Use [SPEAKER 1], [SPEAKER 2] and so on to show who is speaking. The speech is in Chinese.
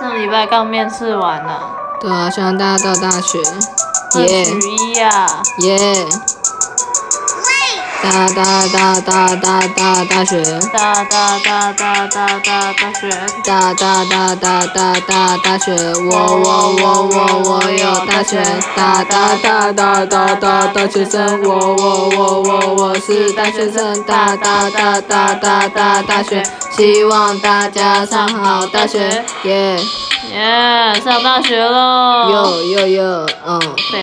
[SPEAKER 1] 上礼拜刚面试完了，
[SPEAKER 2] 对啊，希望大家到大学，
[SPEAKER 1] 二
[SPEAKER 2] 耶
[SPEAKER 1] 十一啊，
[SPEAKER 2] 耶！大大大大大大大学，
[SPEAKER 1] 哒哒哒哒哒哒大学，
[SPEAKER 2] 大大大大大大大学，我我我我我有大学，大大大大大大大学生，我我我我我是大学生，大大大大大大大学，希望大家上好大学，耶！
[SPEAKER 1] 耶、上大学喽！
[SPEAKER 2] 哟哟哟，嗯。